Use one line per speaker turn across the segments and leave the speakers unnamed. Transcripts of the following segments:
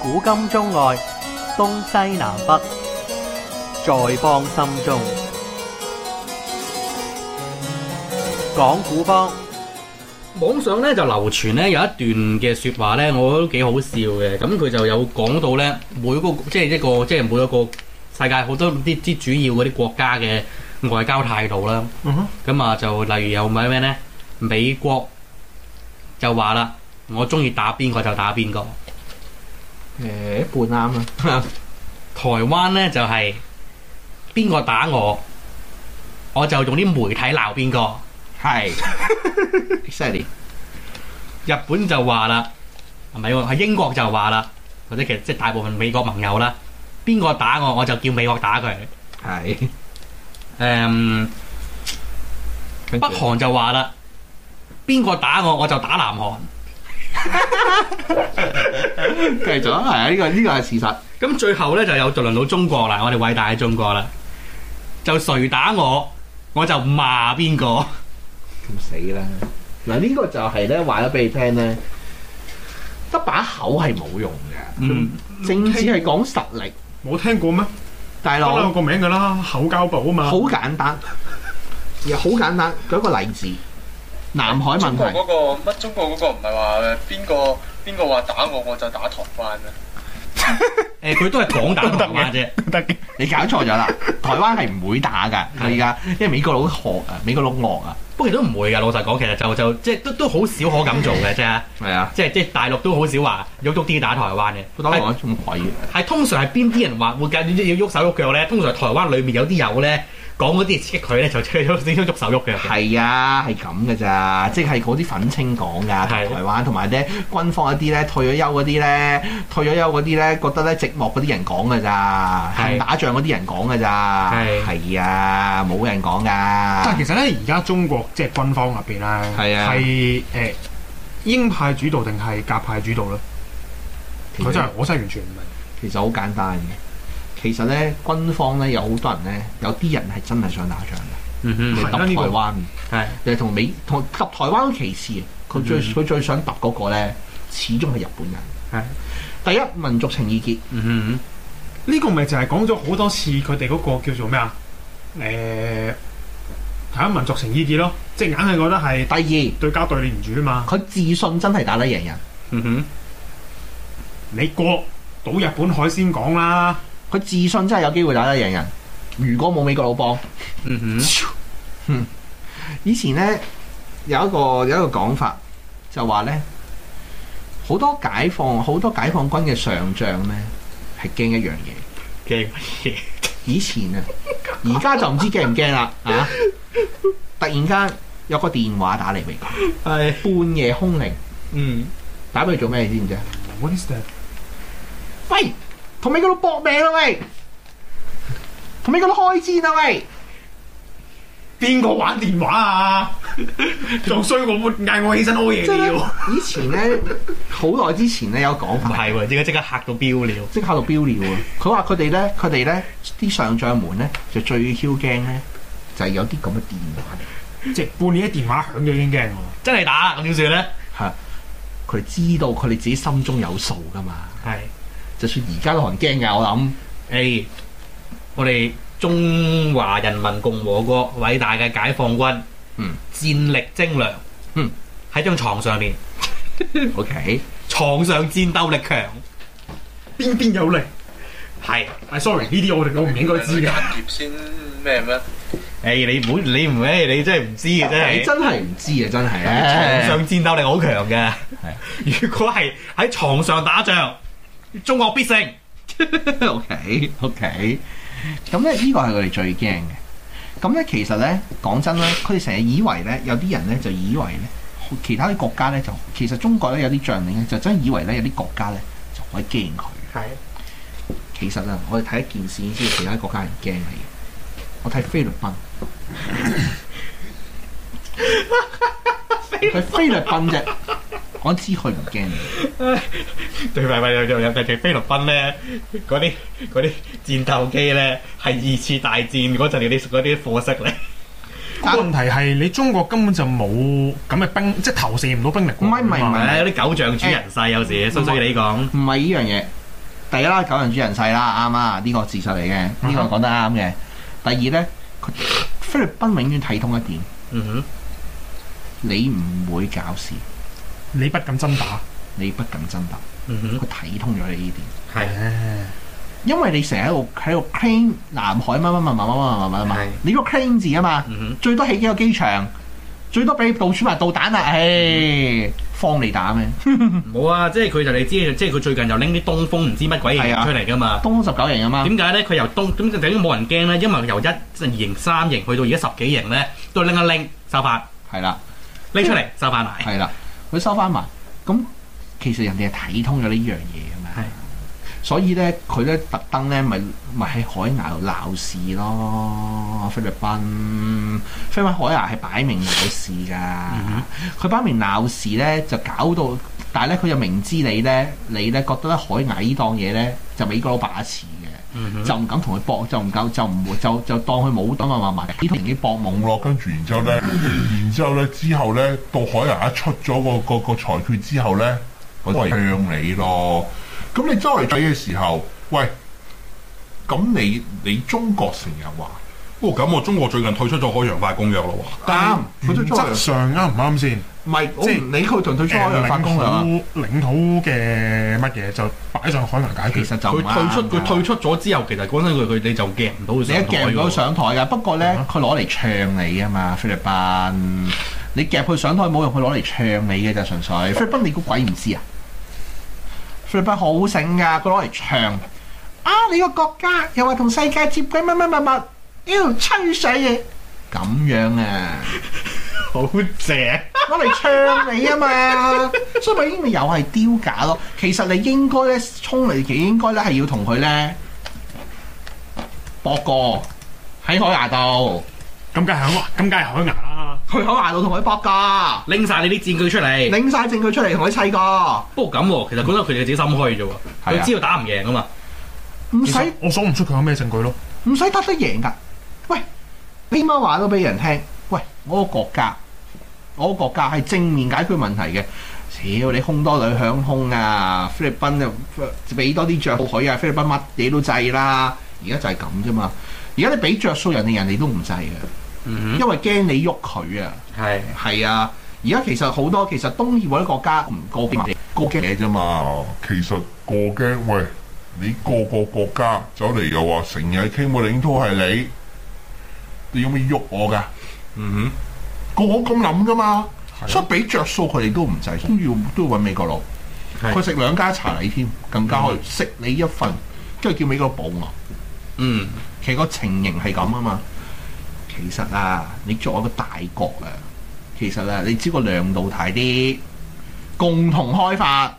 古今中外，東西南北，在邦心中。講古邦，
網上咧就流傳咧有一段嘅説話咧，我覺得都幾好笑嘅。咁佢就有講到咧，每個即係一個即係每一個世界好多啲啲主要嗰啲國家嘅外交態度啦。
嗯哼，
咁啊，就例如有咪咩咧？美國就話啦，我中意打邊個就打邊個。
誒一半啱啊，
台灣呢，就係邊個打我，我就用啲媒體鬧邊個。
係 exactly
日本就話啦，係咪喎？係英國就話啦，或者其實即係大部分美國盟友啦，邊個打我我就叫美國打佢。誒、嗯
係。跟住
北韓就話啦，邊個打我我就打南韓。
繼續啊，係啊，呢個呢個係事實，
咁最後咧就有就輪到中國啦，我哋偉大嘅中國啦，就誰打我我就罵邊個。
咁死啦！嗱呢個就係咧話咗俾你聽咧，得把口係冇用嘅，
嗯，
政治係講實力，
冇聽過咩？
大
不嬲
佬
有個名㗎啦，口交部啊嘛。
好簡單，又好簡單，舉一個例子，南海問
中國
題
嗰、個乜？中國嗰個唔係話邊個邊個話打我我就打啊台灣 咩？
誒佢都係講打台灣啫，
得嘅，
你搞錯咗啦，台灣係唔會打㗎，佢而家因為美國佬惡啊，美國佬惡啊，
不過都唔會㗎。老實講，其實就就即係都都好少可咁做嘅啫，
係啊，
即係即係大陸都好少話喐喐啲打台灣嘅。
當
係
我仲鬼嘅。
係通常係邊啲人話會介要喐手喐腳咧？通常台灣裡面有啲友咧講嗰啲嘢刺激佢咧，就 即係喐喐手喐腳嘅。
係啊，係咁嘅咋，即係嗰啲粉青講
係
㗎，台灣同埋咧軍方一啲咧退咗休嗰啲咧，退咗休嗰啲咧覺得咧寂寞嗰啲人講㗎咋，
係
恨打仗嗰啲人講㗎咋，
係
係啊，冇人講
但係
㗎，
其實咧，而家中國即係軍方入邊啦，
係啊
係誒鷹派主導定係鴿派主導咧？
其
佢真
實
係我真係完全唔明。
其實好簡單嘅，其實咧軍方咧有好多人咧，有啲人係真係想打仗嘅，
嗯
你
哼，
啊
係啦
揼
呢個
台灣，
係
你係同美同揼台灣都歧視嘅，佢最
嗯
佢、最想揼嗰個咧，始終係日本人。
係
第一民族情意結，
嗯哼
呢個咪就係講咗好多次佢哋嗰個叫做咩啊？誒係啊，民族情意結咯，即係硬係覺得係
第二。
對家對你唔住啊嘛。
佢自信真係打得贏人，
嗯哼，
你過到日本海先講啦，
佢自信真係有機會打得贏人。如果冇美國佬幫，
嗯哼。
嗯以前呢，有一個有一個講法就話呢，好多解放好多解放軍嘅上將呢，係驚一樣嘢。
嘅嘢，
以前啊，而家就唔知驚唔驚啦啊！突然間有個電話打嚟美國，
係
半夜空靈
嗯
打俾佢做咩？你知唔知啊？
What is that？
喂，同美國佬搏命啦喂，同美國佬開戰啦喂！
邊個玩電話 啊？仲衰我會嗌我起身屙夜
即係咧
尿。，
以前咧好耐之前咧有講
唔
法，
係喎，即刻即刻嚇到飆了。
即刻喺度飆尿啊！佢話佢哋咧，佢哋咧啲上將門咧就最囂驚咧，就係、有啲咁嘅電話嚟
即係半夜電話響咗已經驚我。
真係打啦，咁點算咧？
嚇，佢哋知道佢哋自己心中有數噶嘛。
係
就算而家都可能驚㗎，我諗
誒，我哋中華人民共和國偉大嘅解放軍，
嗯，
戰力精良，
嗯，
喺張床上面，
OK，
床上戰鬥力強，
邊邊有力？
係。
係 sorry，呢啲我哋我唔應該知嘅。
間諜先咩咩？
誒，你唔好，你唔誒，你真係唔知嘅 真
你
係。
真係唔知啊，真係
床
唉
上戰鬥力好強嘅，如果係喺床上打仗，中國必勝。
OK OK，咁咧呢個係佢哋最驚嘅。咁咧其實咧講真咧，佢哋成日以為咧有啲人咧就以為咧其他啲國家咧就其實中國咧有啲將領咧就真係以為咧有啲國家咧就可以驚佢。
係
其實啊，我哋睇一件事先知道其他國家人驚你嘅。我睇菲律賓，佢菲律賓啫，我知佢唔驚你。
對，咪咪有有有尤其菲律賓咧，嗰啲嗰啲戰鬥機咧係二次大戰嗰陣嗰啲嗰啲貨色嚟。
但
問題係你中國根本就冇咁嘅兵，即係投射唔到兵力過去啊嘛。
唔係唔係唔係嗯
係有啲狗仗主人勢，有時衰衰地講。
唔係呢樣嘢，第一啦，九人主人世啦，啱啊，呢、個事實嚟嘅，呢、
嗯
個講得啱嘅。第二咧，佢菲律賓永遠睇通一點，
嗯
你唔會搞事，
你不敢真打，
你不敢爭鬥，
哼，嗯哼
佢，睇通咗你呢點。
係
啊因為你成日喺度喺度 claim 南海乜乜乜乜乜乜乜乜
係
乜，你個 claim 字啊嘛，
嗯
最多起幾個機場，最多俾你部署埋導彈啦，唉，放你打咩？
哼，冇啊，即係佢就你知，即係佢最近又拎啲東風唔知乜鬼
係
嘢
啊
出嚟㗎嘛。
東風十九型啊嘛，
點解咧？佢由東咁點解冇人驚咧？因為由一二型、三型去到而家十幾型咧，都拎一拎收翻，
係啦
拎出
嗯
嚟收翻埋。
係啦，佢收翻埋，咁其實人哋係睇通咗呢樣嘢啊嘛
係，
所以咧佢咧特登咧咪咪喺海牙度鬧事咯，菲律賓，菲律賓海牙係擺明鬧事㗎。
嗯
佢擺明鬧事咧，就搞到，但係咧佢就明知你咧，你咧覺得咧海牙呢檔嘢咧就美國佬把持嘅，
嗯哼
就唔敢同佢搏，就唔夠，就唔會就就當佢冇等啊嘛嘛，呢同人哋搏懵
冇
咯，
咯，跟住然之後咧，然之後咧之後咧，到海牙一出咗個個個裁決之後咧，我都係向你咯。咁你周圍睇嘅時候，喂，咁你你中國成日話，哦咁我中國最近退出咗海洋法公約咯喎。
啱，佢
原
都
則
裝
上啱唔啱先？
唔係，哦我唔
即係
理佢同佢裝洋發功啦，
領土嘅乜嘢就擺上海洋解
其實就唔
佢退
啱
出佢退出咗之後，其實講真佢佢你就夾唔到佢
你一
上台
夾唔到
㗎喎
上台㗎，不過咧
嗯
佢攞嚟唱你啊嘛，菲律賓，你夾佢上台冇用，佢攞嚟唱你嘅就純粹。菲律賓你估鬼唔知啊？菲律賓好醒㗎，佢攞嚟唱啊！你個國家又話同世界接軌乜乜乜乜，妖吹水嘅咁樣啊！
好正。
攞嚟唱你啊嘛，所以咪英咪又係丟架咯。其實你應該咧衝嚟，其應該咧係要同佢咧搏過喺海牙度，
咁梗係響，咁梗係海牙啦。
去海牙度同佢搏噶，
拎晒你啲戰據出嚟。
拎晒證據出嚟同佢砌過，
不過咁喎，其實講真，佢哋自己心虛啫喎。
係
佢
啊
知道打唔贏啊嘛。
唔
其實
使
我數唔出佢有咩證據咯。
唔使得得贏噶。喂，你媽話都俾人聽，喂，我個國家，我個國家係正面解決問題嘅。屌你空多女響空啊！菲律賓就俾多啲着數佢啊！菲律賓乜嘢都制啦，而家就係咁啫嘛。而家你俾着數人哋，人哋都唔制嘅，
嗯
因為驚你喐佢啊。
哼，係。
係啊，而家其實好多其實東協嗰啲國家唔過激過激
嘢啫嘛。其實過驚喂，你個個國家走嚟又話成日傾我領土係你，你有冇喐我㗎？
嗯
個個咁諗㗎嘛，
哼，
所
所
以
以俾着數佢哋都唔制，跟住都要揾美國佬。
係
佢食兩家茶禮添，更加可以食你一份，跟住叫美國佬補我。
嗯。
其實個情形係咁啊嘛。其實啊，你作為一個大國啊，其實啊，你只個量度大啲，共同開發，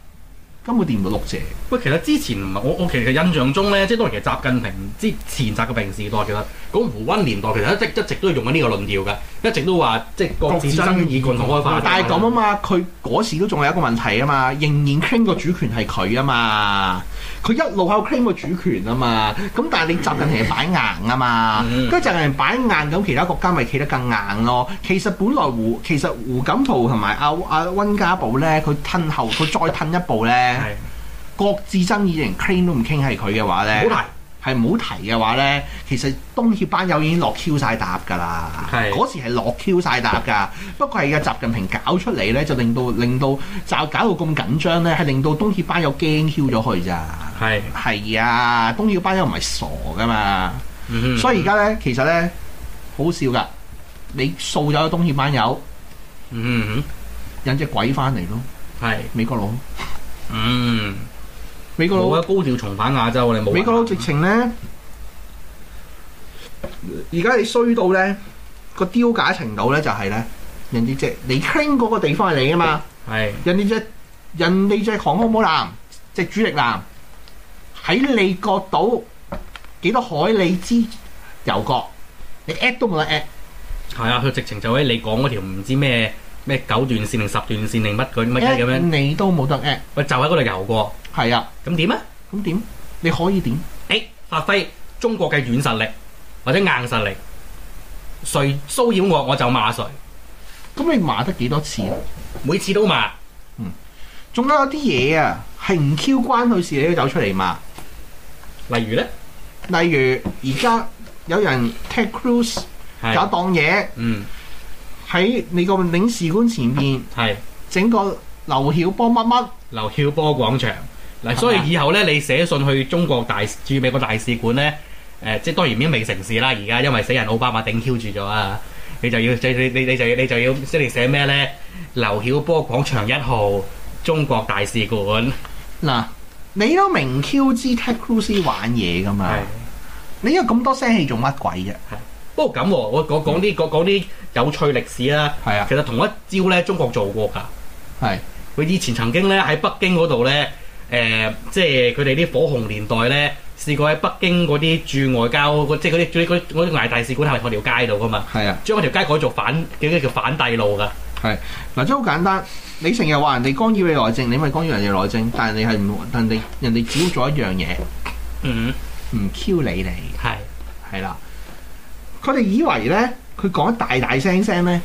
根本掂唔到六姐。
喂，其實之前唔係我我其實印象中咧，即係當然其實習近平之前習近平時代其實講胡温年代其實一直一直都用緊呢個論調嘅，一直都話即係各自爭議共同開發。
但係咁啊嘛，佢嗰時都仲有一個問題啊嘛，仍然 claim 個主權係佢啊嘛，佢一路喺度 claim 個主權啊嘛，咁但係你習近平係擺硬啊嘛
嗯，
跟住習近平擺硬，咁其他國家咪企得更硬咯。其實本來胡其實胡錦濤同埋阿阿温家寶咧，佢褪後佢再褪一步咧，
係
各自爭議連 claim 都唔 claim 係佢嘅話咧
好，大
係唔好提嘅話咧，其實東協班友已經落 Q 晒搭㗎啦。
係
嗰時係落 Q 晒搭㗎，不過係嘅習近平搞出嚟咧，就令到令到就搞到咁緊張咧，係令到東協班友驚 Q 咗佢咋。
係，
係啊，東協班友唔係傻㗎嘛，
嗯哼
所以而家咧其實咧好笑㗎，你掃走咗東協班友，
嗯
引只鬼翻嚟咯，
哼係
美國佬，
嗯
美國佬
冇啊，。高調重返亞洲，你冇啊
美國佬直情咧，而家你衰到咧個丟架程度咧，就係咧人哋隻你 claim 嗰個地方係你啊嘛，
係
人哋隻人哋隻航空母艦隻主力艦喺你個島幾多海里之遊角，你 at 都冇得 at，
係啊，佢直情就喺你講嗰條唔知咩咩九段線定十段線定乜鬼乜嘢咁
at
樣，
你都冇得 at，
喂就喺嗰度遊過，
係啊，
咁點啊？
咁點？你可以點？
誒發揮中國嘅軟實力或者硬實力，誰騷擾我我就罵誰，
咁你罵得幾多次啊？
每次都罵。
仲有啲嘢啊，係唔 Q 關佢事，你都走出嚟嘛？
例如咧，
例如而家有人 take cruise 搞
係
檔嘢
嗯
喺你個領事館前面
係
整個劉曉波乜乜，
劉曉波廣場嗱，所以以後咧你寫信去中國大駐美國大使館咧，誒、即係當然已經未成事啦，而家因為死人奧巴馬頂 Q 住咗啊！你就要你你你你就要你就要即係你寫咩咧？劉曉波廣場一號中國大使館
嗱，你都明 Q 知 take cruise 玩嘢噶嘛？你有咁多聲氣做乜鬼啫？
不過咁喎、我講講啲講講啲有趣歷史啦。
係啊
其實同一招咧，中國做過㗎。
係
佢以前曾經咧喺北京嗰度咧，誒、即係佢哋啲火紅年代咧，試過喺北京嗰啲駐外交，即係嗰啲嗰啲嗰啲外大使館係咪我條街度噶嘛？
係啊，
將嗰條街改做反叫叫反帝路噶，
嗱，真係好簡單。你成日話人哋干擾你內政，你咪干擾人哋內政，但係你係唔，但係人哋只要做一樣嘢，
嗯，
唔 Q 你哋，
係
係啦。佢哋以為咧，佢講得大大聲聲咧，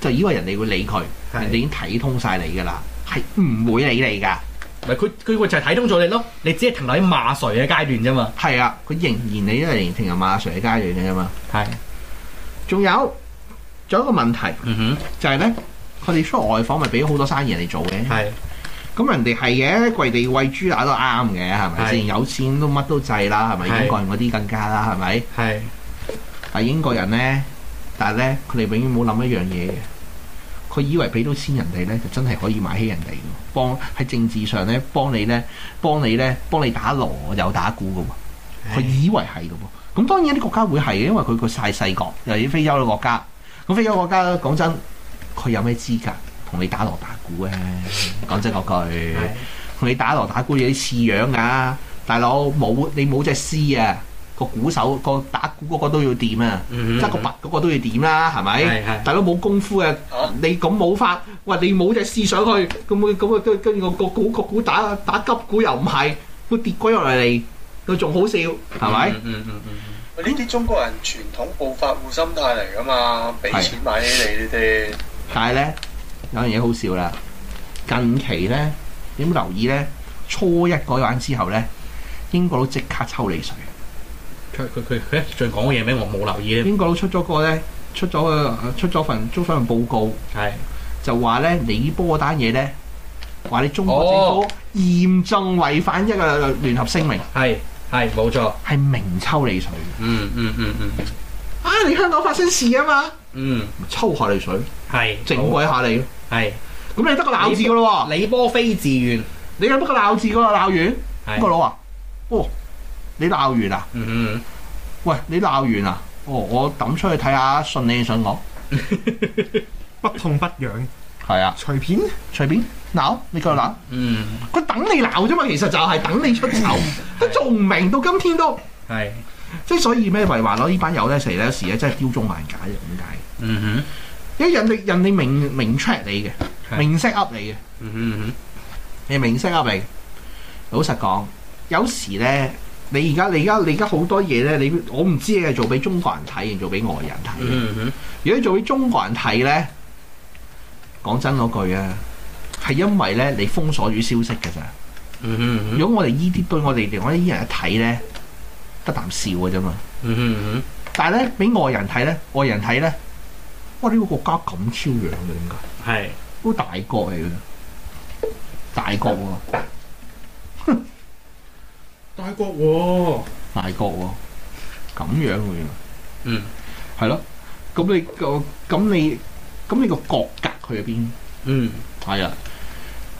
就以為人哋會理佢，
係
人哋已經睇通晒你噶啦，係唔會理你㗎。
咪佢佢佢就係睇通咗你咯，你只係停留喺罵誰嘅階段啫嘛，
係啊，佢仍然你都係停人馬水嘅階段嘅啫嘛。
係，
仲有仲有一個問題
嗯
就係、呢，咧，佢哋出外訪咪俾咗好多生意人哋做嘅
哼，。係
咁人哋係嘅，跪地餵豬乸都啱嘅，係咪
係
先？有錢都乜都制啦，係
係
咪？英國人嗰啲更加啦，係咪？
係
但啊英國人咧，但係咧，佢哋永遠冇諗一樣嘢嘅。佢以為俾到錢人哋咧，就真係可以買起人哋嘅，幫喺政治上咧，幫你咧，幫你咧，幫你打鑼又打鼓嘅喎。佢以為係嘅喎。咁當然有啲國家會係嘅，因為佢個晒細國，尤其非洲嘅國家。咁非洲國家講真，佢有咩資格同你打鑼打鼓咧？講真嗰句，同你打鑼打鼓有啲似樣啊！大佬冇你冇隻獅啊，個鼓手個打鼓嗰個都要掂啊，
嗯
即
哼
係個拔嗰個都要掂啦，係
係
咪
係？
大佬冇功夫嘅
啊，
你咁冇法，喂你冇隻獅上去，咁佢咁佢跟跟住個鼓個鼓打打急鼓又唔係，佢跌鬼落嚟，佢仲好笑，係咪？
嗯嗯嗯嗯
喂呢啲中國人傳統暴發戶心態嚟噶嘛，俾
係
錢買起你，你哋
但係咧有樣嘢好笑啦，近期咧你有冇留意咧？初一改版之後咧，英國佬即刻抽你水。
佢佢佢佢一再講嘅嘢俾我冇留意咧，
英國佬出咗個咧，出咗個出咗份出咗份報告，
係
就話咧你波嗰單嘢咧，話你中國政
哦
府嚴重違反一個聯合聲明，
係係冇錯，
係明抽你水
嗯嗯嗯嗯
啊！你香港發生事啊嘛，
嗯，
咪抽下你水，
係
整鬼下你咯。
係
咁你得個鬧字噶咯喎，
李波非自願
你有得個鬧字噶啦，鬧完英國
係，
佬話：哦，你鬧完啊？
嗯嗯。嗯
喂，你鬧完啊？哦，我抌出去睇下，信你定信我？
不痛不癢，
係啊，
隨便
隨便鬧，你繼續鬧。
嗯，
佢等你鬧啫嘛，其實就係等你出手， 都做唔明到今天都，
係，
即係所以咩為話咯？呢班友咧成日有時咧真係刁中難解嘅，點解？
嗯
因為人哋人哋明明 check 你
係
嘅，明 set up 你嘅，
哼，嗯
你明 set up 你嘅。老實講，有時咧，你而家你而家你而家好多嘢咧，你我唔知你係做俾中國人睇定做俾外人
哼，
睇。
嗯哼，
如果你做俾中國人睇咧，講真嗰句啊，係因為咧你封鎖咗消息嘅咋。
嗯哼，
如果我哋依啲對我哋嚟講，依人一睇咧，得啖笑嘅啫嘛。
嗯哼，
但係咧，俾外人睇咧，外人睇咧，哇！呢、個國家咁超樣嘅點解？
係，
都大國嚟嘅，大國喎、
大國喎，
大國喎、咁樣嘅原來
嗯，
係咯。咁你個咁你咁你個國格去咗邊？
嗯，
係啊，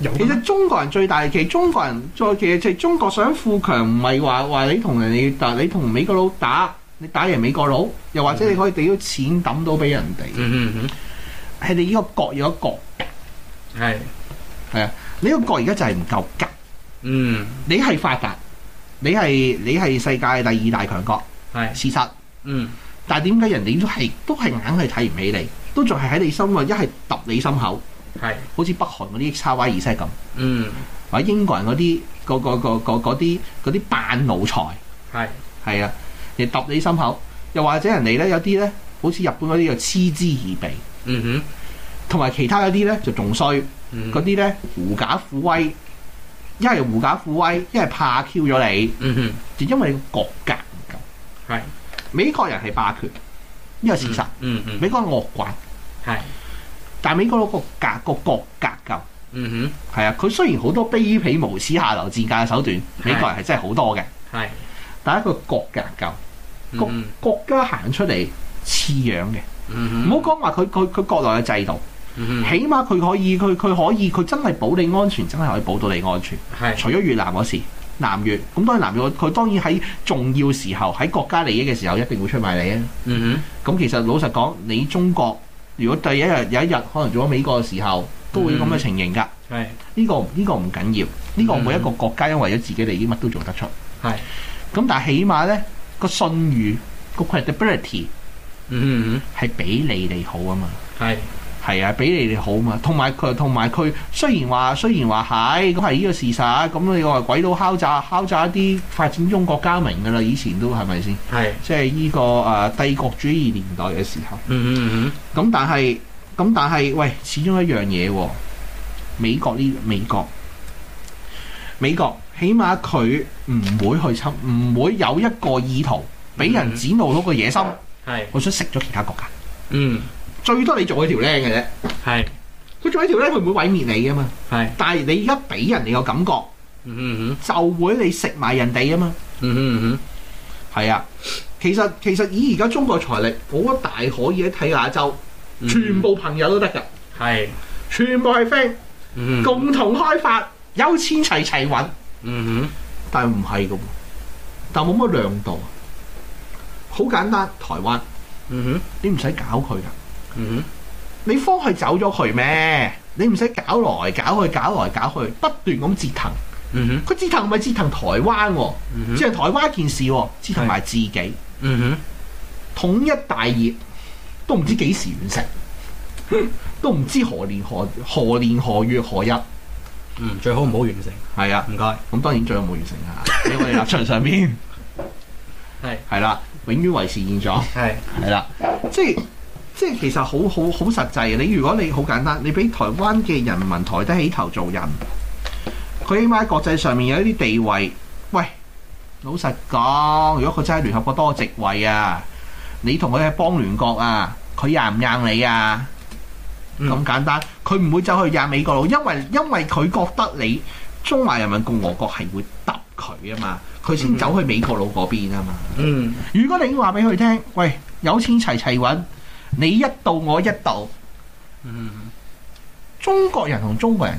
有
其
嘅咩
實中國人最大嘅，其實中國人再其實就係中國想富強，唔係話話你同人哋打，你同美國佬打，你打贏美國佬，又或者你可以俾到錢抌到俾人哋，
嗯哼，
係你呢個國有一個國，
係，
你個國而家就係唔夠格。
嗯，
你係發達，你係你係世界第二大強國，
係，
事實。
嗯，
但係點解人哋都係都係硬係睇唔起你，都仲係喺你心內，一係揼你心口，
係，
好似北韓嗰啲 X Y 儀式咁，
嗯，
或者英國人嗰啲個個個個嗰啲嗰啲扮奴才，
係，
係啊，你揼你心口，又或者人哋咧有啲咧，好似日本嗰啲就嗤之以鼻，
嗯
同埋其他嗰啲咧就仲衰，
哼，
嗰啲咧狐假虎威，一係狐假虎威，一係怕 Q 咗你，
嗯哼，
就因為你個國格唔夠。
係
美國人係霸權，呢個事實。
嗯嗯，
美國係惡棍，
係，
但美國嗰個格個國格夠。
嗯
係啊，佢雖然好多卑鄙無恥下流賤格嘅手段，美國人係真係好多嘅，
哼，係，
但係一個國格夠，國
嗯
國家行出嚟似樣嘅。
嗯，
唔好講話佢佢佢國內嘅制度，
嗯哼，
起碼佢可以佢佢可以佢真係保你安全，真係可以保到你安全。
係，
除咗越南嗰時，南越咁當然南越佢當然喺重要時候喺國家利益嘅時候一定會出賣你啊。
嗯
咁其實老實講，你中國如果第一日有一日可能做咗美國嘅時候，都會有咁嘅情形㗎。
哼，係，
呢、個呢、個唔緊要，呢、個
嗯
每一個國家因為咗自己利益乜都做得出。
係，
咁但係起碼呢個信譽個 credibility
嗯
係比你哋好啊嘛，
哼，係，
係啊，比你哋好啊嘛。同埋佢同埋佢雖然話雖然話係咁係呢個事實，咁你話鬼佬敲詐敲詐一啲發展中國家明㗎啦，以前都係咪先？
係，
即係呢個誒、呃帝國主義年代嘅時候。
嗯哼，
咁但係，咁但係，喂，始終一樣嘢喎。美國呢？美國，美國起碼佢唔會去侵，唔會有一個意圖俾人指怒到個野心，
係，
我想食咗其他國家。
嗯，
最多你做佢條僆嘅啫，
係，
佢做佢條僆，佢唔會毀滅你噶嘛。
係，
但係你而家俾人哋個感覺，
嗯哼，
就會你食埋人哋啊嘛。
嗯哼，
係啊，其實其實以而家中國財力，我覺得大可以喺睇亞洲，
嗯
全部朋友都得㗎，
係，
全部係 friend。
嗯，
共同開發，有錢齊齊揾，
嗯
但係唔係嘅喎，但冇乜亮度。啊好簡單，台灣
哼，嗯哼，
你唔使搞佢噶，
嗯
你方係走咗佢咩？你唔使搞來搞去，搞來搞去，不斷咁折騰。
哼，嗯哼，
佢折騰咪折騰台灣喎、
嗯哼，
折騰台灣件事喎、折騰埋自己，
嗯
統一大業都唔知幾時完成，都唔知何年何何年何月何日。
哼，嗯，最好唔好完成，
係啊，
唔該，
咁當然最有冇完成啊？喺我哋立場上面。
係，
係啦，永遠維持現狀，
係，
係啦，即係即係其實好好好實際嘅。你如果你好簡單，你俾台灣嘅人民抬得起頭做人，佢起碼喺國際上面有一啲地位。喂，老實講，如果佢真係聯合國多個席位啊，你同佢喺邦聯國啊，佢硬唔硬你啊？
嗯
咁、簡單，佢唔會走去硬美國佬，因為因為佢覺得你中華人民共和國係會揼佢啊嘛，佢先走去美國佬嗰邊啊嘛。
嗯，
如果你話俾佢聽，喂，有錢齊齊揾，你一度我一度，
嗯，
中國人同中國人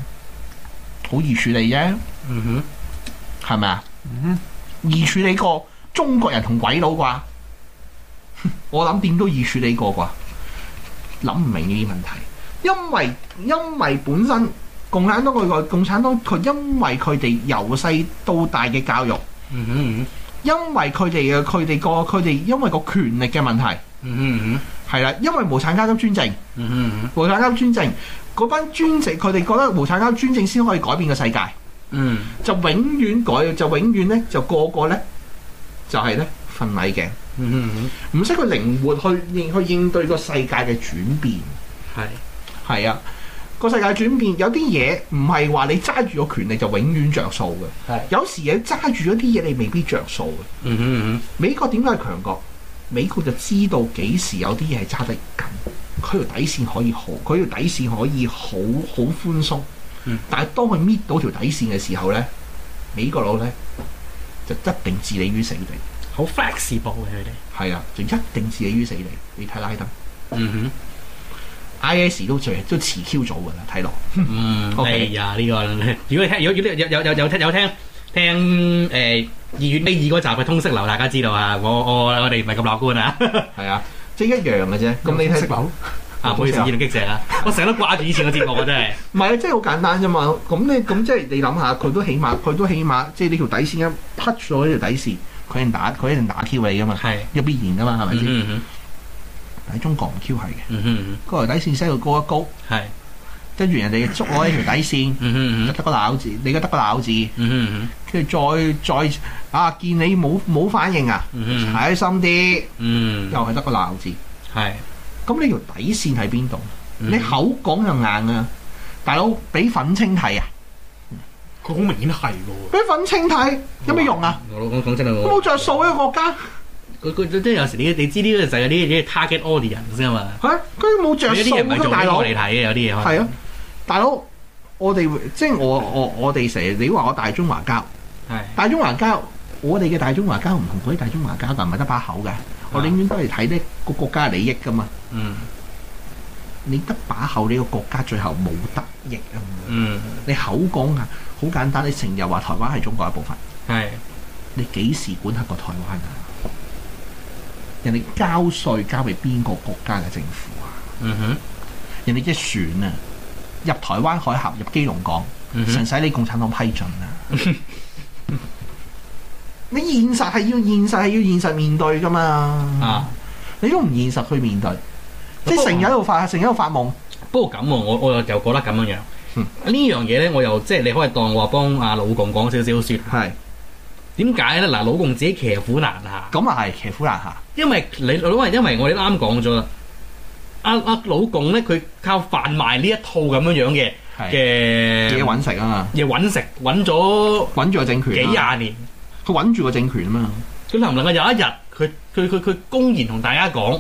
好易處理啫，
嗯哼，
係咪啊？易處理過中國人同鬼佬啩？我諗點都易處理過啩？諗唔明呢啲問題，因為因為本身共產黨佢個共產黨佢因為佢哋由細到大嘅教育，
嗯哼，
因為佢哋嘅佢哋個佢哋因為個權力嘅問題，
嗯哼，
係啦，因為無產階級專政。
嗯哼，
無產階級專政，嗰班專政佢哋覺得無產階級專政先可以改變個世界，
嗯，
就永遠改，就永遠咧就個個咧就係咧瞓米嘅，
嗯哼，
唔識去靈活去應去應對個世界嘅轉變。
係，
係啊，個世界轉變有啲嘢唔係話你揸住個權力就永遠着數嘅
係，
有時嘢揸住咗啲嘢你未必着數嘅。
嗯哼，
美國點解係強國？美國就知道幾時有啲嘢係揸得緊，佢條底線可以好，佢條底線可以好好寬鬆。
嗯
但係當佢搣到條底線嘅時候咧，美國佬咧就一定置你於死地。
好 flexible 嘅佢哋，
係啊，就一定置你於死地。你睇拉登
嗯哼。
，IS 都最都遲 Q 咗㗎啦，睇落。
嗯，
OK
哎呀，呢、個如果你聽，如果如果你有有有有聽有聽聽誒二月尾二嗰集嘅通識流，大家知道啊，我我我哋唔係咁樂觀 啊，
係啊，即係一樣嘅啫。咁你
識
睇
樓
啊，唔好意思，
通識啊
二零激石啊，我成日都掛住以前嘅節目啊，真係，
唔係啊，即係好簡單啫嘛。咁你咁即係你諗下，佢都起碼佢都起碼即係呢條底線一 cut 咗呢條底線，佢一定打佢一定打 Q 你㗎嘛。
係，
有必然噶嘛，係咪先？
嗯哼
但喺中國唔 Q 係嘅，
嗯哼，
嗰條底線 set 到高一高，
係，
跟住人哋捉我一條底線，
嗯哼嗯
得
哼
個鬧字，你而家得個鬧字，
嗯哼
跟住再再啊見你冇冇反應啊，
嗯哼
踩深啲，
嗯
又係得個鬧字。
係，
咁你條底線喺邊度？
嗯
你口講就硬啊，大佬俾粉青睇啊！
佢好明顯係嘅
俾粉青睇有咩用啊？
我老講講真啊，
都
我
冇着數嘅國家，
佢佢即係有時你你知呢個世界啲嘢 target audience 啊嘛，
嚇佢冇着
有
數
啲人唔係
嘅
做
大
俾
佬
我。哋睇嘅，有啲嘢可能
係啊，大佬，我哋會即係我我我哋成日你話我大中華膠，
係
大中華膠，我哋嘅大中華膠唔同嗰啲大中華膠㗎，唔係得把口㗎。我寧願都係睇呢個國家利益㗎嘛。
嗯
你得把口，你個國家最後冇得益啊！
嗯
你口講啊，好簡單，你成日話台灣係中國一部分，
係
你幾時管轄過台灣啊？人哋交税交俾邊個國家嘅政府啊？
嗯哼
人哋隻船啊，入台灣海峽入基隆港。
嗯
純
哼嗯
使你共產黨批准啊！你現實係要現實係要現實面對噶嘛？
啊！
你都唔現實去面對，即係成日喺度發，成日喺度發夢。
不過咁喎，我我又覺得咁樣樣。
嗯
呢樣嘢咧，我又即係你可以當我話幫阿老共講少少説。
係
點解咧？嗱，老共自己騎虎難下，
咁啊，係騎虎難下。
因為你老因因為我哋啱講咗啦。阿阿老共咧，佢靠販賣呢一套咁樣樣嘅
係
嘅
嘢揾食啊嘛，
嘢揾食，揾咗
揾住個政
幾
權啊嘛，
廿年。
佢揾住個政權啊嘛。
佢能唔能夠有一日，佢佢佢佢公然同大家講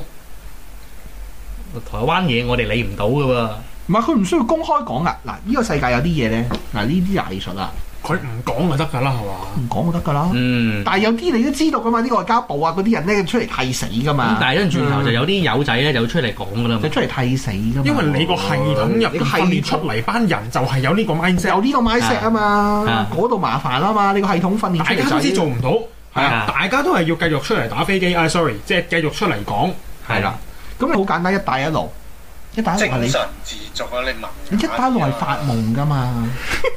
台灣嘢，我哋理唔到噶喎。
唔係佢唔需要公開講噶。嗱，呢個世界有啲嘢咧，嗱呢啲就藝術啦，
喎，佢唔講就得㗎啦，係嘛？
唔講就得噶啦。
嗯。
但係有啲你都知道噶嘛，啲外交部啊嗰啲人咧出嚟替死噶
咁
嘛，
嗯但係一陣轉
Ừ.
頭就有啲友仔咧就出嚟講噶啦嘛
就。出嚟替死噶嘛。
因為你個系統入
你
邊
個系
訓練
統
出嚟班人就係有呢個 mindset，
有呢個 mindset 啊嘛
啊，
嗰度麻煩啊嘛，你個系統訓練
大
出嚟
家
就
都知
係
做唔到，
係啊
大家都係要繼續出嚟打飛機。啊，sorry，即係繼續出嚟講。
係啦。咁你好簡單，一帶一路，一帶一路係啊
精
你
神自足啊！你文啊
你一帶一路係發夢噶嘛，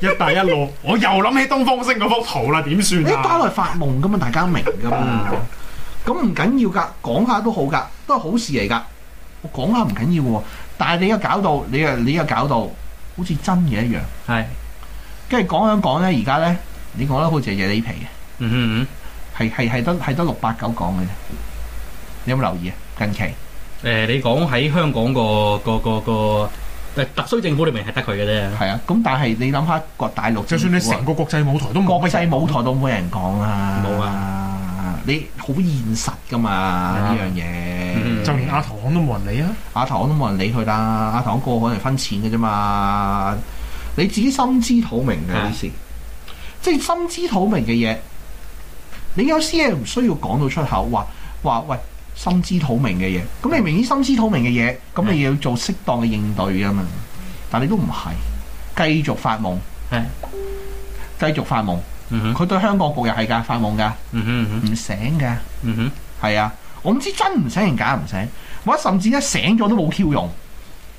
一帶一路，我又諗起東方星嗰幅圖啦，點
你
算
一帶一路
啊？
係發夢噶嘛，大家明噶嘛。咁唔緊要㗎，講下都好㗎，都係好事嚟㗎。我講下唔緊要喎，但係你又搞到，你又你又搞到，好似真嘅一樣。
係。
跟住講樣講咧，而家咧，你講得好似係嘢你皮嘅，
嗯哼嗯
係係係得係得六八九講嘅啫。你有冇留意啊？近期
哼。誒，你講喺香港個個個個誒特區政府裏面係得佢嘅啫。
係啊，咁但係你諗下個大陸
就算
政
你
府啊
成個國際舞台都冇
國
乜
際
人
舞台都冇人講啊！
冇
啊！你好現實噶嘛呢樣嘢，
嗯
就連亞投行都冇人理啊！
亞投行都冇人理佢啦，亞投行個個人分錢嘅啫嘛，你自己心知肚明嘅
啊
呢事，即係心知肚明嘅嘢，你有啲嘢唔需要講到出口，話話喂心知肚明嘅嘢，咁你
嗯
明顯心知肚明嘅嘢，咁你要做適當嘅應對啊嘛，但你都唔係，繼續發夢，
係
繼續發夢。
嗯哼
佢對香港局又係㗎，發夢㗎，
嗯哼嗯哼
唔醒㗎，
嗯哼。
係啊，我唔知真唔醒定假唔醒，或者甚至一醒咗都冇 Q 用，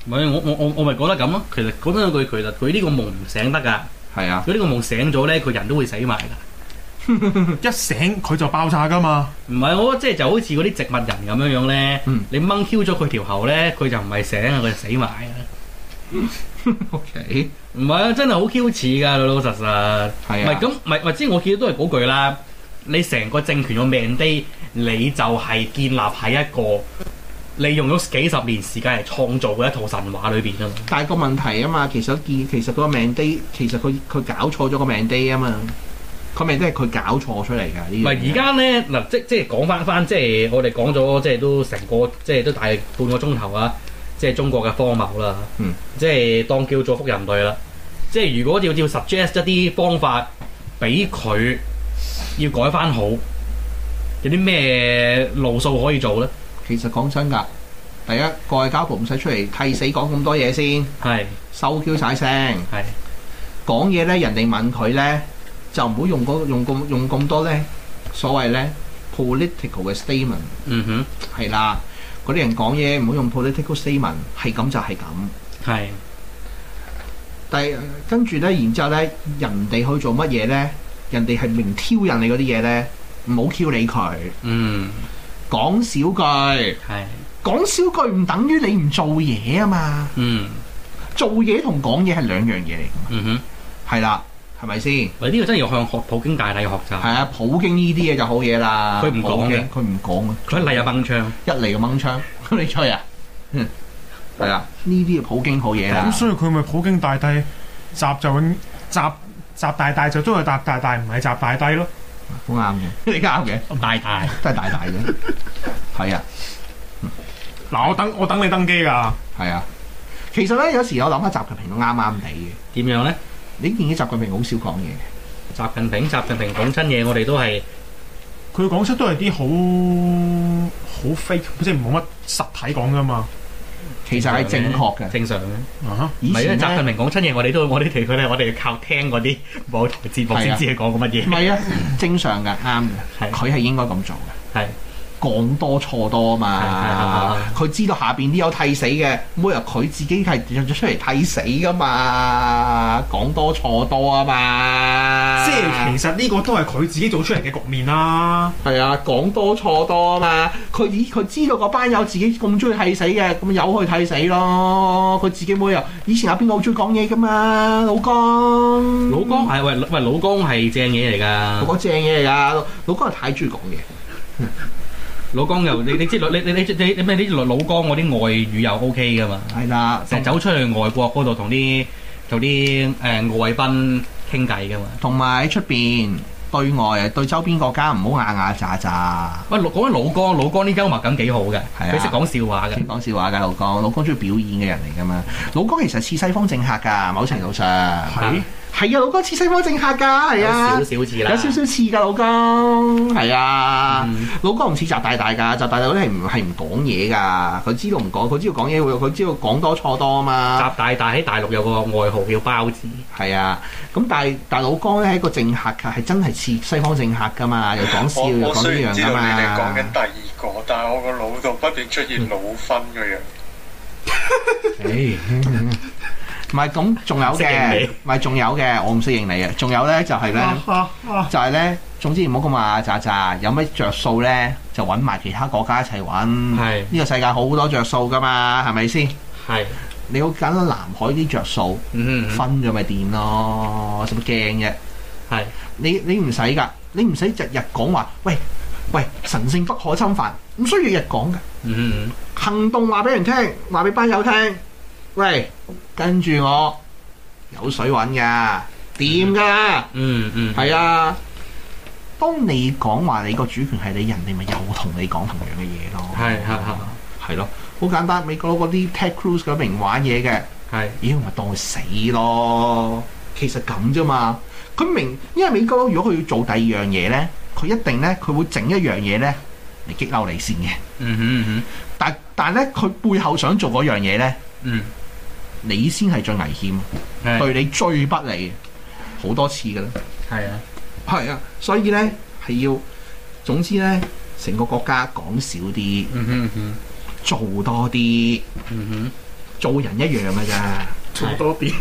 唔係我我我我咪覺得咁咯。其實講真句，其實佢呢個夢唔醒得㗎。
係啊，
佢呢個夢醒咗咧，佢人都會死埋㗎。
嗯
一醒佢就爆炸噶嘛，
唔係我即係就好似嗰啲植物人咁樣樣咧，
嗯
你掹 Q 咗佢條喉咧，佢就唔係醒啊，佢就死埋啊！
，OK，
唔係啊，真係好 Q 似㗎，老老實實。唔
係
係
啊，
咁，唔係唔係，即係我見到都係嗰句啦。你成個政權嘅 mandate，你就係建立喺一個你用咗幾十年時間嚟創造嘅一套神話裏邊啊嘛。
但係個問題啊嘛，其實見其實個命低，其實佢佢搞錯咗個命低啊嘛，個命低係佢搞錯出嚟㗎呢
唔
樣
係
嘢
而家咧嗱，即即係講翻翻，即係我哋講咗，即係都成個，即係都大約半個鐘頭啊！即係中國嘅荒謬啦，
嗯
即係當叫做福人類啦。即係如果要要 suggest 一啲方法俾佢要改翻好，有啲咩路數可以做咧？
其實講真㗎，第一個外交部唔使出嚟替死講咁多嘢先，
係
收 Q 晒聲。
係
講嘢咧，人哋問佢咧，就唔好用嗰用咁用咁多咧，所謂咧 political 嘅 statement
嗯
係啦。嗰啲人講嘢唔好用 political statement，係咁就係咁。
哼係
但係跟住咧，然之後咧，人哋去做乜嘢咧？人哋係明挑釁你嗰啲嘢咧，唔好挑理佢，
嗯
講少句，
係
講少句唔等於你唔做嘢啊嘛。
嗯
做嘢同講嘢係兩樣嘢嚟㗎，
嗯哼，
係啦，係咪先？
喂呢個真係要向學普京大帝學習，
係啊，普京呢啲嘢就好嘢啦。
佢唔講
普京
嘅
佢唔講啊。
佢一嚟就掹槍，
一嚟就掹槍， 咁你吹啊？嗯
啊
係啦，呢啲普京好嘢啦
咁。所以佢咪普京大帝習就永習習大大就中意習大大，唔係習大帝咯。
好啱嘅， 你啱嘅，
大大
都係大大嘅，係啊，
嗱，我等我等你登機㗎。
係啊。其實咧，有時我諗下習近平都啱啱地嘅。
點樣咧？
你見啲習近平好少講嘢嘅，
習近平習近平講真嘢，我哋都係
佢講出都係啲好好 fake，即係冇乜實體講㗎嘛。
其實係正確嘅。
正常嘅。
啊哈
以
唔係因為
前
習近
咧，
平講真嘢，我哋都我 哋哋佢咧，我哋要靠聽嗰啲某台節目
係
先
啊
知佢講緊乜
唔
嘢。
係啊，正常嘅，啱嘅。
係
佢係應該咁做嘅，
係
講多錯多啊嘛。佢知道下邊啲有替死嘅，每日佢自己係出嚟替死噶嘛，講多錯多啊嘛。
即係其實呢個都係佢自己做出嚟嘅局面啦。
係啊，講多錯多啊嘛！佢以佢知道嗰班友自己咁中意替死嘅，咁由佢替死咯。佢自己冇理由。以前有邊個好中意講嘢噶嘛？老江，
老江係喂喂老江係正嘢嚟
老
㗎。
江正嘢嚟㗎，老江係太中意講嘢。
老江又你你知你你你你你咩啲老江嗰啲外語又 OK 㗎嘛？
係啦，
成日走出去外國嗰度同啲同啲誒外賓傾偈㗎嘛。
同埋喺出邊對外啊，對周邊國家唔好牙牙咋咋。
喂，老講緊老江，老江啲幽默感幾好嘅，
係啊
佢識講笑話嘅
先。講笑話㗎，老江，老江中意表演嘅人嚟㗎嘛。老江其實似西方政客㗎，某程度上
係
係啊，老江似西方政客㗎，係啊
有少。少似啦，
有少少似㗎老公，係啊，
嗯
老公唔似習大大㗎，習大大嗰啲係唔係唔講嘢㗎，佢知道唔講，佢知道講嘢會，佢知道講多錯多啊嘛，
習大大喺大陸有個外號叫包子，
係啊，咁但係但係老公咧係一個政客㗎，係真係似西方政客㗎嘛，又講笑
我
又
我
啊講
雖
呢
然
樣
知道
㗎
你哋講
嘛嗯
緊，第二個，但係我個腦度不斷出現老分嘅樣。
誒，
唔係咁仲有
唔識認
嘅
你，哦
唔係仲有嘅，我唔識認你嘅，仲有咧就係咧。
啊啊啊！
就係咧，總之唔好咁話咋咋，有咩着數咧，就揾埋其他國家一齊揾。
係
呢個世界好多着數噶嘛，係咪先？
係，
你好簡單，南海啲着數
嗯哼，
分咗咪掂咯，使乜驚啫？
係
你你唔使㗎，你唔使日日講話，喂喂，神聖不可侵犯，唔需要日講㗎。
嗯
行動話俾人聽，話俾班友聽，喂，跟住我有水揾㗎，掂㗎。
哼嗯嗯，
係啊，當你講話你個主權係你，人哋咪又同你講同樣嘅嘢咯。
係係係
係咯，好簡單。美國嗰啲 Ted Cruz 嗰名玩嘢嘅，
係
咦，我咪當佢死咯。其實咁啫嘛。佢明，因為美國如果佢要做第二樣嘢咧，佢一定咧佢會整一樣嘢咧嚟激嬲你先嘅。
嗯哼嗯
但但咧佢背後想做嗰樣嘢咧，
哼
你先係最危險，
嗯，係
對你最不利，好多次㗎啦。
係啊，
係啊，所以咧係要，總之咧，成個國家講少啲，
嗯哼嗯
做多啲，
哼嗯
做人一樣㗎咋，
做多啲，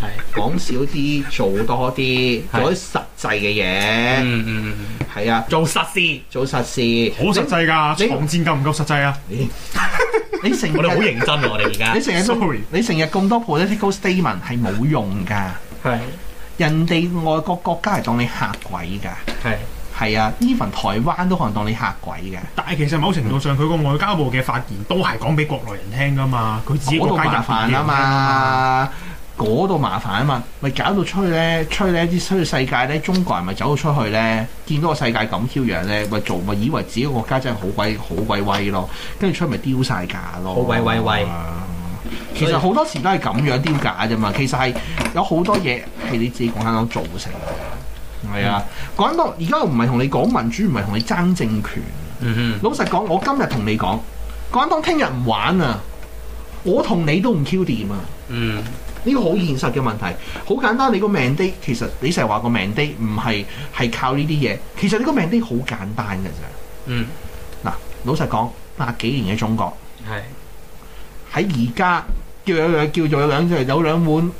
哼，係，
講少啲，做多啲，
係
做啲實際嘅嘢，
嗯嗯嗯，
係啊，
做實事，
做實事，
好實際㗎。
你
藏戰夠唔夠實際啊？
你成
我哋好啊
日
認真喎，我哋而 家
你成日都
Sorry
你成日咁多 political statement 係冇用㗎，
係
人哋外國國家係當你嚇鬼㗎，
係
係啊，even 台灣都可能當你嚇鬼㗎。
但係其實某程度上，佢個外交部嘅發言都係講俾國內人聽㗎嘛，佢自己
嗰度
國家入
麻
邊嘅人
煩啊
聽㗎嘛。
嘛，嗰度麻煩啊嘛，咪搞到出去咧，出去咧啲出去世界咧，中國人咪走到出去咧，見到個世界咁囂樣咧，咪做咪以為自己個國家真係好鬼好鬼威咯，跟住出去咪丟晒架咯，
好鬼威威。
其實好多時都係咁樣丟架啫嘛，其實係有好多嘢係你自己共產黨造成嘅，係啊，講到而家我唔係同你講民主，唔係同你爭政權。
嗯
老實講，我今日同你講，講當聽日唔玩啊，我同你都唔 Q 掂啊！
哼嗯
呢個好現實嘅問題，好簡單。你個 mandate 其實你成日話個 mandate 唔係係靠呢啲嘢，其實你個 mandate 好簡單㗎咋。
嗯
老實講，百幾年嘅中國
係
喺而家叫有叫做有兩有兩碗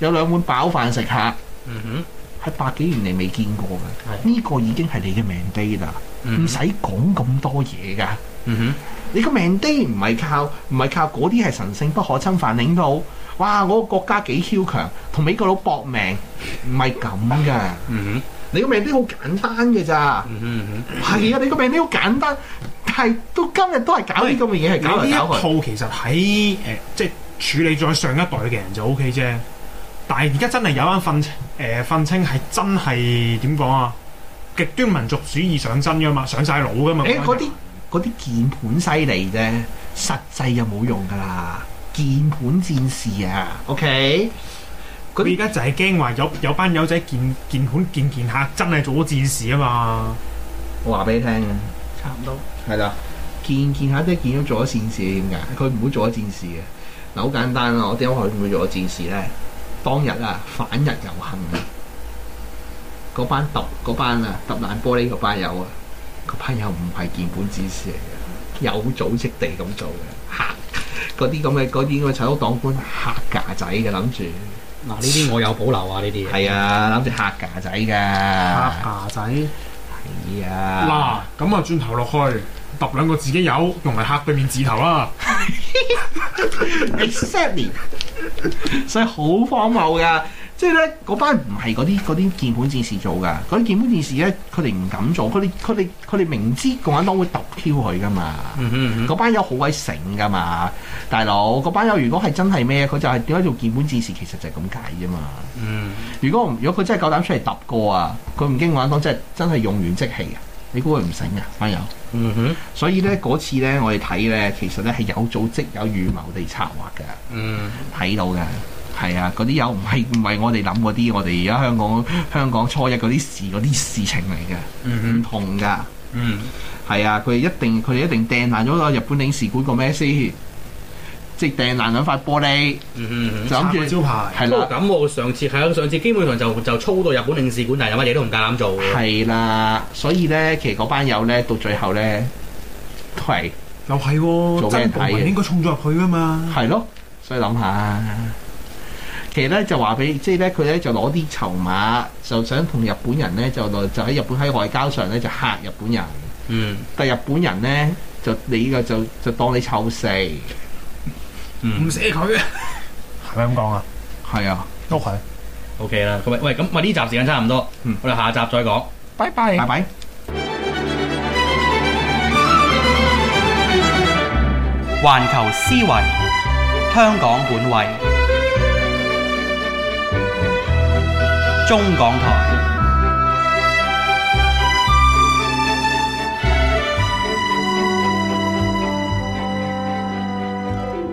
有兩碗飽飯食下，
嗯
喺百幾年嚟未見過
係嗯
嘅。呢個已經係你嘅 mandate 啦，
哼
唔使講咁多嘢㗎。
嗯
你個 mandate 唔係靠唔係靠嗰啲係神聖不可侵犯領導，哇！我個國家幾囂強，同美國佬搏命，唔係咁噶。
哼嗯哼
你個 mandate 好簡單嘅咋，
嗯哼嗯哼，
係啊，你個 mandate 好簡單，但係到今日都係搞呢咁嘅嘢，係
你
搞
呢一
嚟搞去。
套其實喺誒、呃即係處理咗上一代嘅人就 O K 啫。但係而家真係有班憤誒憤青係真係點講啊？極端民族主義上身噶嘛，上晒腦噶嘛。
誒嗰啲嗰啲鍵盤犀利啫，實際就冇用噶啦。鍵盤戰士啊，OK，嗰
佢而
啲
家就係驚話有有班友仔鍵鍵盤鍵鍵客真係做咗戰士啊嘛。
我話俾你聽啊，差唔多係啦。見見下都係見到做咗戰士點解？佢唔會做咗戰士嘅。嗱，好簡單啊啦，我點解佢唔會做咗戰士咧？當日啊，反日遊行啊，嗰班揼嗰班啊揼爛玻璃嗰班友啊，嗰班友唔係鍵盤戰士嚟嘅，有組織地咁做嘅，嚇嗰啲咁嘅嗰啲咁嘅賊佬黨官嚇架仔嘅諗住，
嗱呢啲我有保留啊，呢啲嘢
係啊諗住嚇架仔㗎，係
牙仔嗱，
啊，
咁啊轉頭落去揼兩個自己友，用嚟嚇對面字頭啦。
exactly，所以好荒謬噶。即係咧，嗰班唔係嗰啲嗰啲鍵盤戰士做噶，嗰啲鍵盤戰士咧，佢哋唔敢做，佢哋佢哋佢哋明知共產黨會揼 Q 佢噶嘛。
嗯哼嗯哼
嗰班友好鬼醒噶嘛，大佬嗰班友如果係真係咩，佢就係點解做鍵盤戰士，其實就係咁解啫嘛。
嗯，
如果唔如果佢真係夠膽出嚟揼過啊，佢唔經共產黨真係真係用完即棄啊！你估佢唔醒啊，班友？
嗯哼，
所以咧嗰次咧，我哋睇咧，其實咧係有組織、有預謀地策劃㗎。
嗯，
睇到嘅。係啊，嗰啲有唔係唔係我哋諗嗰啲，我哋而家香港香港初一嗰啲事嗰啲事情嚟嘅，唔
嗯
同噶。
哼，嗯，
係啊，佢哋一定佢哋一定掟爛咗個日本領事館個咩先，即係掟爛兩塊玻璃，
嗯哼嗯
就
哼。
諗
拆個
住
招牌。
係
不過
啦
咁我上次係啊，上次基本上就就操到日本領事館，但係有乜嘢都唔夠膽做嘅。
係啦，所以咧其實嗰班友咧到最後咧都係
又係喎、
做俾人
真
睇啊
部
嘅
民應該衝咗入去噶嘛。
係咯，所以諗下。其實咧就話俾，即係咧佢咧就攞啲籌碼，就想同日本人咧就就喺日本喺外交上咧就嚇日本人。
嗯
但日本人咧就你呢個就就當你臭四，係
唔
嗯
寫佢嘅。
係咪咁講啊？
啊，
喐佢，
，OK 啦。咁咪喂，咁喂呢集時間差唔多，
嗯
我哋下集再講。
拜拜
拜。拜。
環球思維，香港本位，中港台。